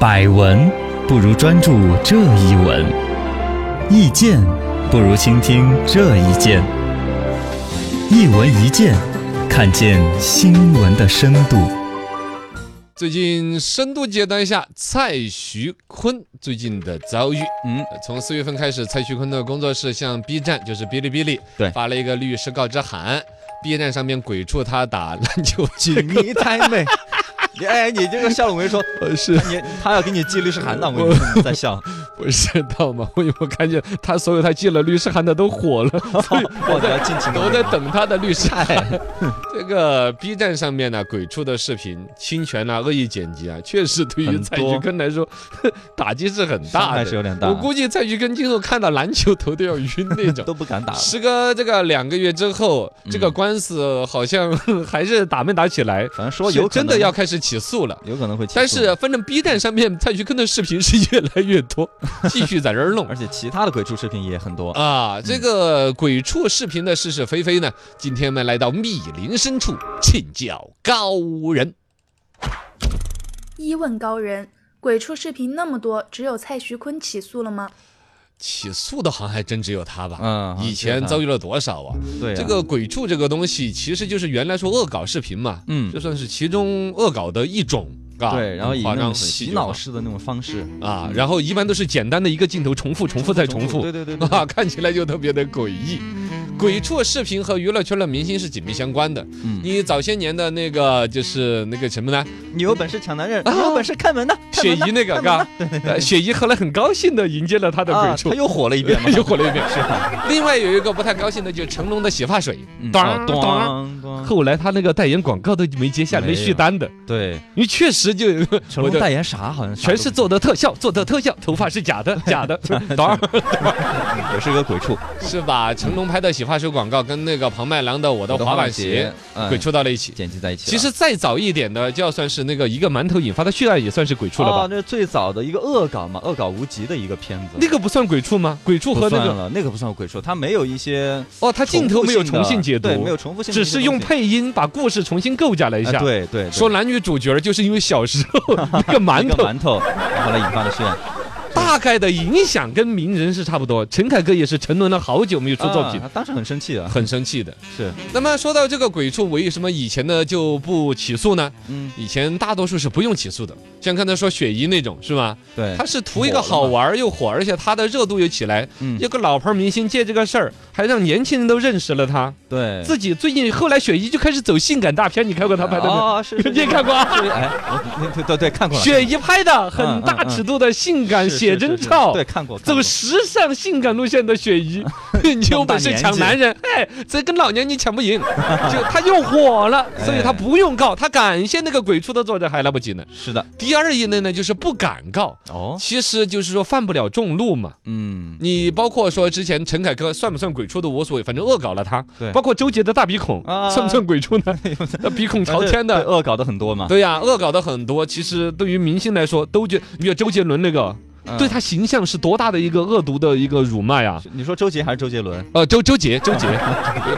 百闻不如专注这一闻，意见不如倾听这一见。一闻一见，看见新闻的深度。最近深度解读一下蔡徐坤最近的遭遇。嗯，从四月份开始，蔡徐坤的工作室向 B 站，就是哔哩哔哩，对发了一个律师告知函。B 站上面鬼畜他打篮球 锦衣太美。你哎，你这个笑容，我跟 你说，呃是你他要给你寄律师函呢，我跟你说你在笑， 不知道吗？我我看见他所有他寄了律师函的 都火了，所以我得要尽情地我玩在等他的律师函。 这个 B 站上面呢，鬼畜的视频、侵权啊、恶意剪辑啊，确实对于很蔡徐多坤来说 打击是很伤大害是有的。点大我，估计蔡徐坤今后看到篮球头都要晕那 种。都不敢打了。时隔这个两个月之后，这个嗯官司好像 还是打没打起来，反正说有可是能真的要，开始起诉了。有可能会起诉，但是反正 B 站上面蔡徐坤的视频是越来 越多，继续在这儿弄而。且其他的鬼畜视频也很多，啊，这个鬼畜视频的是是非非呢，今天我们来到密林深处请教高人。一问高人，鬼畜视频那么多，只有蔡徐坤起诉了吗？起诉的好像还真只有他吧？呃嗯好像以只有前他遭遇了多少啊？对啊这个鬼畜这个东西，其实就是原来说恶搞视频嘛，嗯这算是其中恶搞的一种，啊对，然后以夸那张种很戏洗剧脑化式的那种方式，啊，然后一般都是简单的一个镜头重复、重复再重复，对对对对 啊，看起来就特别的诡异。鬼畜视频和娱乐圈的明星是紧密相关的。嗯你早些年的那个就是那个什么呢？你有本事抢男人，你有本事看门的，看雪门的啊姨那个，看门嘎的，呃雪姨后来很高兴的迎接了他的鬼啊，畜，他， 又火了一遍嘛又火了一遍。 另外有一个不太高兴的就是成龙的洗发水，嗯当哦当。咚咚，后来他那个代言广告都没接下，没没续有单的。对，你确实就成我龙的代言啥好像啥全都是做的特效，做的特效，头发是假 的，假的，当然。也是个鬼畜，是把成龙拍的洗发水广告跟那个庞麦郎的《我的我的滑板鞋鞋》嗯鬼畜到了一起。剪辑在一起了，哎其实再早一点的，就要算是那个一个馒头引发的血案，也算是鬼畜了哦吧？那最早的一个恶搞嘛，恶搞无极的一个片子。那个不算鬼畜吗？鬼畜不和那算个了，那个不算鬼畜，它没有一些哦，它镜头没有重重复性新的解读，对，没有重复性的只一些东西，是用配音把故事重新构架了一哎下。，对对，对说男女主角就是因为小时 候那个一馒个头，馒头，然后来引发的血 案，大概的影响跟名人是差不多。陈凯歌也是沉沦了好久没有出作啊，品他当时很生气啊，很生气的。是，那么说到这个鬼畜，为什么以前呢就不起诉呢？嗯，以前大多数是不用起诉的，像刚才说雪姨那种是吧？对他，是图一个好玩儿又火，而且他的热度又起来。嗯一个老牌明星借这个事儿，还让年轻人都认识了他。对，自己最近后来雪姨就开始走性感大片，你看过他拍的吗？哦，是，是你也看过啊？是是哎，我对对对，看过了，嗯雪姨拍的很大尺度的性感是是写是真是照，对，看过，看走过时尚性感路线的雪姨， 你有本事抢男人，哎，这跟老娘你抢 不赢，就他又火了，哎所以他不用告，他感谢那个鬼畜的作者还来不及呢。是的，第二一类呢，就是不敢告，哦，其实就是说犯不了众怒嘛。嗯，你包括说之前陈凯歌算不算鬼畜都无所谓，反正恶搞了他。对包括周杰的大鼻孔啊算不算鬼畜呢？那鼻孔朝天对的，恶搞的很多嘛，对呀，恶搞的很多。其实对于明星来说，都觉你比如周杰伦那个，嗯对他形象是多大的一个恶毒的一个辱骂呀！你说周杰还是周杰伦？呃，周周杰，周杰，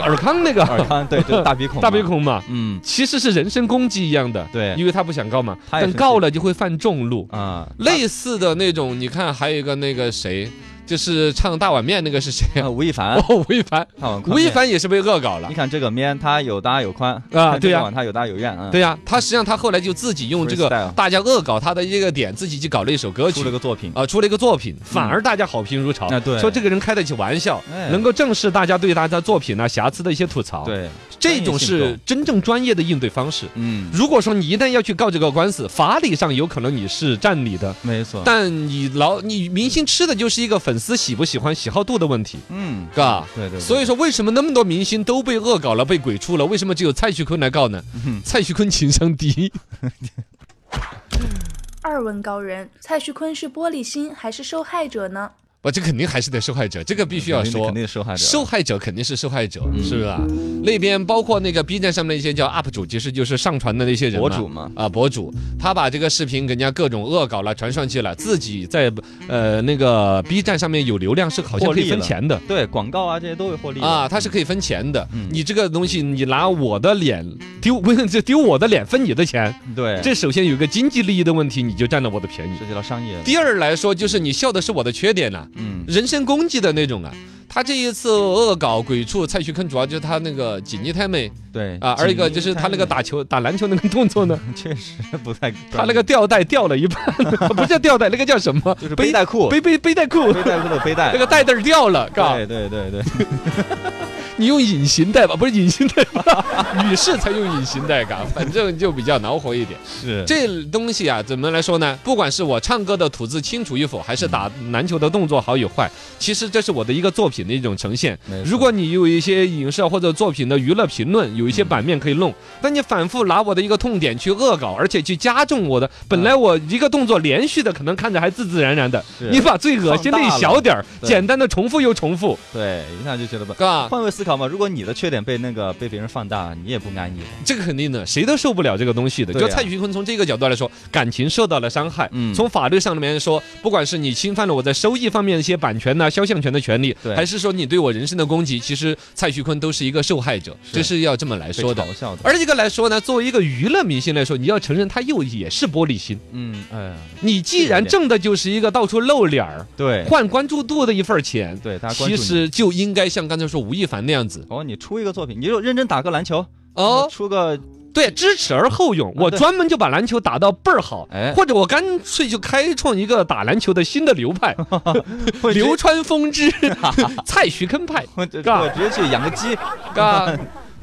尔康那尔个康对对，大鼻孔，大鼻，孔嘛，嗯其实是人身攻击一样的，对因为他不想告嘛，他也但生气告了就会犯众怒。啊，类似的那种，你看还有一个那个谁，就是唱大碗面那个是谁啊啊，？吴亦凡，哦， 吴亦凡，看完吴亦，凡也是被恶搞了你。看这个面，它有大有宽啊对呀它有大有圆啊，对呀、他实际上他后来就自己用这个 Freestyle 大家恶搞他的一个点，自己去搞了一首歌曲出了，个作品，啊，出了一个作品，反而大家好评如潮啊，对说这个人开得起玩笑，哎能够正视大家对他的作品呢啊瑕疵的一些吐槽。，对，这种专业性是真正专业的应对方式。嗯，如果说你一旦要去告这个官司，法理上有可能你是占理的，没错，但你老你明星吃的就是一个粉丝喜不喜欢、喜好度的问题，嗯，嘎。对对，所以以说，为什么那么多明星都被恶搞了、被鬼畜了？为什么只有蔡徐坤来告呢？嗯蔡徐坤情商低， 二问高人，蔡徐坤是玻璃心还是受害者呢？我这肯定还是得受害者，这个必须要肯定说肯。定是受害者，受害者肯定是受害者，是吧？那边包括那个 B 站上面那些叫 UP 主，其实就是上传的那些人博主嘛啊，博主，他把这个视频给人家各种恶搞了，传上去了，自己在呃那个 B 站上面有流量是好像可以分钱的。对广告啊这些都会获利的啊，他是可以分钱的。嗯你这个东西，你拿我的脸丢，不是这丢我的脸分你的钱，对，这首先有一个经济利益的问题，你就占了我的便宜。涉及到商业，第二来说，就是你笑的是我的缺点呐、啊嗯，人身攻击的那种啊。他这一次恶搞鬼畜蔡徐坤，主要就是他那个紧捏太妹对啊，而一个就是他那个打球打篮球那个动作呢， 确实不太专业，他那个吊带掉了一半， 不是吊带，那个叫什么？就是背带裤，背背背带裤，背带裤的背带，那个带带儿掉了，嘎。对对对对，你用隐形带吧，不是隐形带吧， 女士才用隐形带嘎，反正就比较恼火一点。是这东西啊，怎么来说呢？不管是我唱歌的吐字清楚与否，还是打篮球的动作好与坏，其实这是我的一个作品的一种呈现没。错如果你有一些影视或者作品的娱乐评论，有一些版面可以嗯弄，但你反复拿我的一个痛点去恶搞，而且去加重嗯我的，本来我一个动作连续的，可能看着还自自然然的，是你把最恶心的一放大了小点儿，对简单的重复又重复，对，一下就觉得吧。嘎。换位思考嘛，如果你的缺点被那个被别人放大，你也不安逸的。这个肯定的，谁都受不了这个东西的。对啊就蔡徐坤从这个角度来说，感情受到了伤害。嗯从法律上面说，不管是你侵犯了我在收益方面一些版权呐、肖像权的权利，对还是说你对我人身的攻击，其实蔡徐坤都是一个受害者，是这是要这么来被说的嘲。笑的，而一个来说呢，作为一个娱乐明星来说，你要承认他又也是玻璃心。嗯，哎呀，你既然挣的就是一个到处露脸儿、对换关注度的一份儿钱，对，哎大家关注其你。实就应该像刚才说吴亦凡那样子哦，你出一个作品，你就认真打个篮球，哦，出个对，知耻而后勇，嗯啊我对专门就把篮球打到倍儿好，哎或者我干脆就开创一个打篮球的新的流 派，流川枫之蔡徐坤派，我直尬我直接去养个鸡，啊，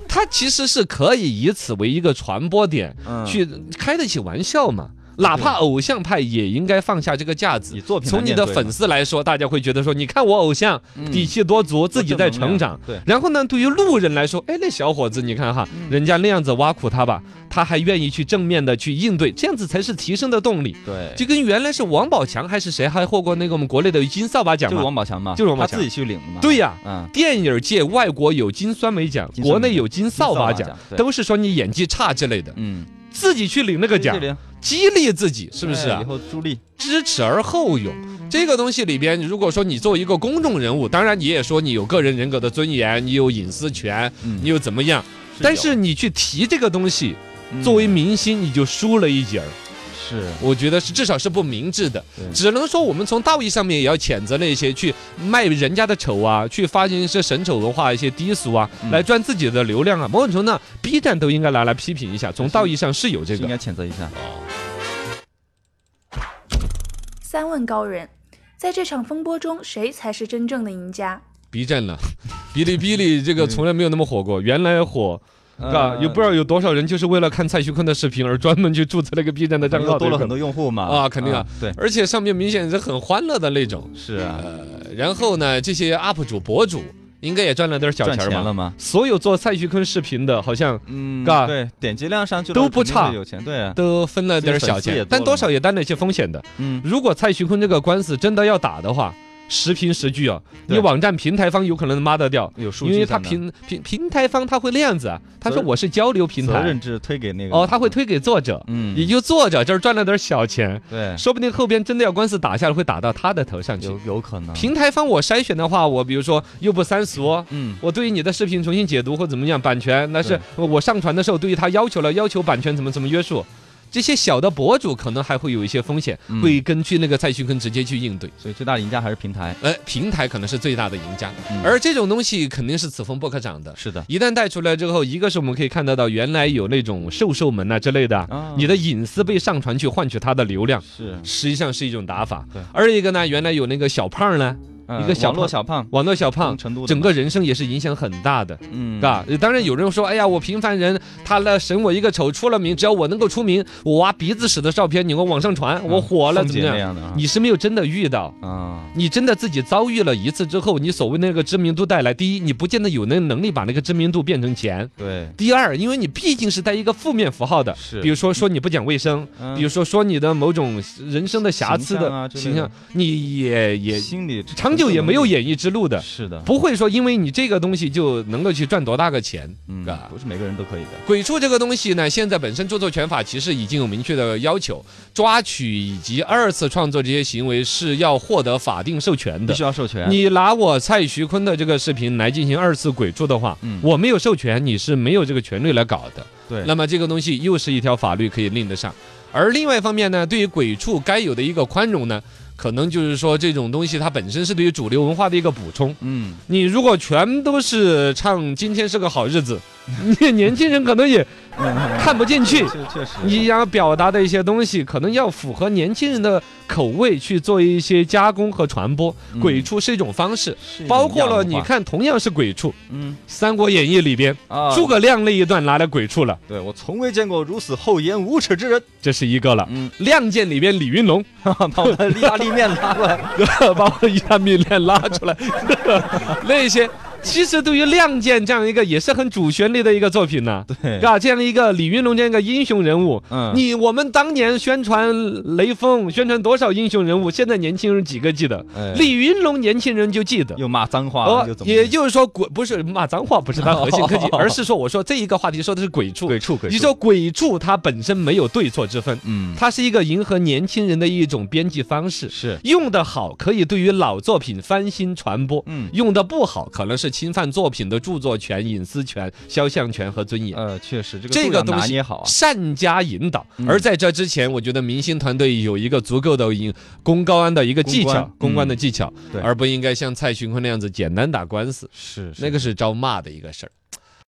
他其实是可以以此为一个传播点， 嗯去开得起玩笑嘛。哪怕偶像派也应该放下这个架子以。作品来从你面的对粉嘛丝来说，大家会觉得说，你看我偶像嗯底气多足，自己在成长。对，然后呢，对于路人来说，哎，那小伙子，你看哈，嗯人家那样子挖苦他吧，他还愿意去正面的去应对，这样子才是提升的动力。对，就跟原来是王宝强还是谁，还获过那个我们国内的金扫把奖就嘛。王宝强嘛，就是王宝他强自己去领的嘛。对呀嗯，电影界外国有金酸梅奖，金酸梅国内有金扫把金扫奖把奖，对都是说你演技差之类的，嗯，自己去领那个奖自己，领激励自己，是不是哎啊以？后助力，知耻而后勇。这个东西里边，如果说你作为一个公众人物，当然你也说你有个人人格的尊严，你有隐私权，嗯你又怎么样？但是你去提这个东西，嗯作为明星你就输了一截儿，是我觉得是至少是不明智的对。只能说我们从道义上面也要谴责那些去卖人家的丑啊，去发行一些神丑文化、一些低俗啊，嗯来赚自己的流量啊。某种程度上，B 站都应该拿来批评一下。从道义上是有这是应个该谴责一下。三问高人，在这场风波中，谁才是真正的赢家？ B 站了， 哔哩哔哩嗯这个从来没有那么火过，原来火。啊，呃也不知道有多少人就是为了看蔡徐坤的视频而专门去注册了一个 B 站的账又号，嗯多了很多，多用户嘛。啊肯定啊嗯，对，而且上面明显是很欢乐的那种。是啊，呃然后呢，这些 UP 主、博主应该也赚了点小赚钱钱儿嘛。了吗？所有做蔡徐坤视频的，好像嗯，嘎对，点击量上去了都不肯定会差有钱对啊，都分了点小这粉丝也钱多，但了多嘛少也担了一些风险的。嗯，如果蔡徐坤这个官司真的要打的话，实凭实据啊，你对网站平台方有可能抹得掉，有数因据为他在那平平平台方他会那样子啊，他说责任我是交流平责台任，制推给那个哦，他会推给作者，嗯也就作者这儿赚了点小钱，对，说不定后边真的要官司打下来，会打到他的头上去有。有可能平台方我筛选的话，我比如说又不三俗，嗯我对于你的视频重新解读或怎么样，版权那是我上传的时候对于他要求了，要求版权怎么怎么约束。这些小的博主可能还会有一些风险，嗯会根据那个蔡徐坤直接去应对。所以最大的赢家还是平台。呃，平台可能是最大的赢家，嗯而这种东西肯定是此风不可长的。是的，一旦带出来之后，一个是我们可以看得到，原来有那种瘦瘦们啊之类的，啊你的隐私被上传去换取他的流量，是实际上是一种打法对。而一个呢，原来有那个小胖呢，呃一个小网络胖小胖，网络小嗯胖，成都的整嘛个人生也是影响很大的。嗯啊，当然有人说，哎呀，我平凡人，他来审我一个丑，出了名，只要我能够出名，我挖鼻子屎的照片，你给我往上传，我火了，凤怎么姐那样？样的啊你是没有真的遇到，啊，你真的自己遭遇了一次之后，你所谓那个知名度带来，第一，你不见得有那能力把那个知名度变成钱；对，第二，因为你毕竟是带一个负面符号的，是比如说说你不讲卫生，嗯比如说说你的某种人生的瑕疵形象的啊之类形象的，你也也心理长长久也没有演艺之路的，是的，不会说因为你这个东西就能够去赚多大个钱，嗯啊，不是每个人都可以的。鬼畜这个东西呢，现在本身著作权法其实已经有明确的要求，抓取以及二次创作这些行为是要获得法定授权必的须。要授权。你拿我蔡徐坤的这个视频来进行二次鬼畜的话，嗯我没有授权，你是没有这个权利来搞的。对那么这个东西又是一条法律可以令得上。而另外一方面呢，对于鬼畜该有的一个宽容呢，可能就是说这种东西它本身是对于主流文化的一个补充。嗯，你如果全都是唱今天是个好日子， 你年轻人可能也看不进去。嗯确确实，你要表达的一些东西，可能要符合年轻人的口味去做一些加工和传播。嗯鬼畜是一种方式，是一种包括了样你化，看，同样是鬼畜，《嗯三国演义》里边啊，诸葛亮那一段拿来鬼畜了，对我从未见过如此厚颜无耻之 人。这是一个了。嗯， 《亮剑》里边李云龙 把我的意大利面拉过来。把我的意大利面拉出来， 那些其实对于《亮剑》这样一个也是很主旋律的一个作品呢、对啊，这样的一个李云龙这样一个英雄人物，嗯你我们当年宣传雷锋，宣传多少英雄人物，现在年轻人几个记得？哎李云龙年轻人就记得。又骂脏话哦了，又，啊怎么？，也就是说鬼不是骂脏话，不是它核心科技 而是说我说这一个话题说的是鬼畜。鬼畜鬼畜。你说鬼畜它本身没有对错之分，嗯，它是一个迎合年轻人的一种编辑方式。是用的好，可以对于老作品翻新传播；嗯用的不好，可能是侵犯作品的著作权、隐私权、肖像权和尊严。呃，确实这个这度个要东拿西捏好啊。善加引导，嗯而在这之前，我觉得明星团队有一个足够的引公高安的一个技公巧关，嗯公关的技巧对，而不应该像蔡徐坤那样子简单打官司，是那个是招骂的一个事儿。